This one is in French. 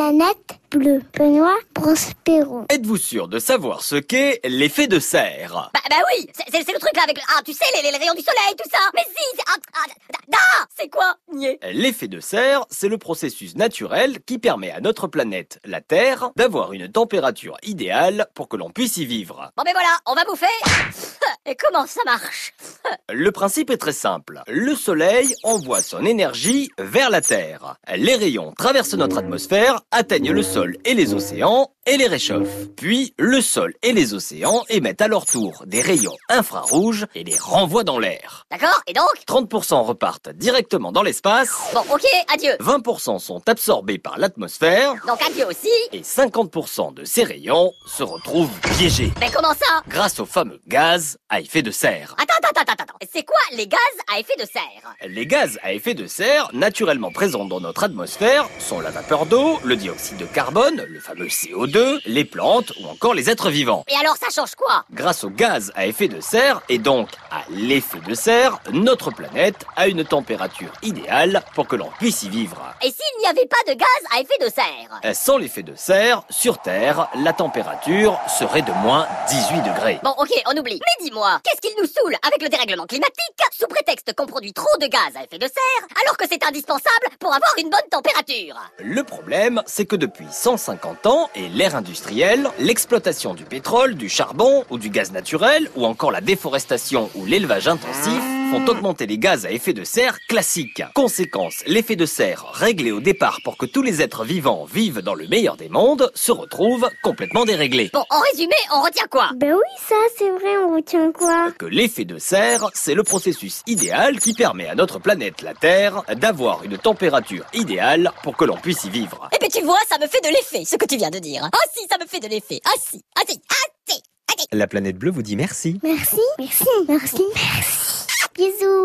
Planète bleue. Benoît Prospero. Êtes-vous sûr de savoir ce qu'est l'effet de serre Bah, bah oui, c'est c'est- c'est le truc là avec le. Ah, tu sais, les, les rayons du soleil, tout ça. Mais si, c'est. Ah, ah, da- da, c'est quoi Nier. L'effet de serre, c'est le processus naturel qui permet à notre planète, la Terre, d'avoir une température idéale pour que l'on puisse y vivre. Bon, ben voilà, on va bouffer. Et comment ça marche Le principe est très simple. Le Soleil envoie son énergie vers la Terre. Les rayons traversent notre atmosphère, atteignent le sol et les océans et les réchauffent. Puis, le sol et les océans émettent à leur tour des rayons infrarouges et les renvoient dans l'air. D'accord Et donc 30% repartent directement dans l'espace, Bon, ok, adieu. 20% sont absorbés par l'atmosphère, Donc adieu aussi. et 50% de ces rayons se retrouvent piégés Mais Ben, comment ça grâce au fameux gaz à effet de serre. Attends, attends, attends, attends, attends. C'est quoi les gaz à effet de serre Les gaz à effet de serre, naturellement présents dans notre atmosphère, sont la vapeur d'eau, le dioxyde de carbone, le fameux CO2, les plantes ou encore les êtres vivants. Et alors ça change quoi Grâce au gaz à effet de serre et donc à l'effet de serre, notre planète a une température idéale pour que l'on puisse y vivre. Et s'il n'y avait pas de gaz à effet de serre Euh, Sans l'effet de serre, sur Terre, la température serait de moins 18 degrés. Bon, ok, on oublie. Mais dis-moi, qu'est-ce qu'il nous saoule avec le dérèglement climatique sous prétexte qu'on produit trop de gaz à effet de serre alors que c'est indispensable pour avoir une bonne température Le problème, c'est que depuis 150 ans et l'ère industrielle, l'exploitation du pétrole, du charbon ou du gaz naturel, ou encore la déforestation ou l'élevage intensif, font augmenter les gaz à effet de serre classiques. Conséquence, l'effet de serre, réglé au départ pour que tous les êtres vivants vivent dans le meilleur des mondes, se retrouve complètement déréglé. Bon, en résumé, on retient quoi Ben oui, ça, c'est vrai, on retient quoi que l'effet de serre, c'est le processus idéal qui permet à notre planète, la Terre, d'avoir une température idéale pour que l'on puisse y vivre. Eh ben tu vois, ça me fait de l'effet, ce que tu viens de dire. Ah si, ça me fait de l'effet. Ah si, ah si, ah si. La planète bleue vous dit merci. Merci. Merci. Merci. Merci. Bisous.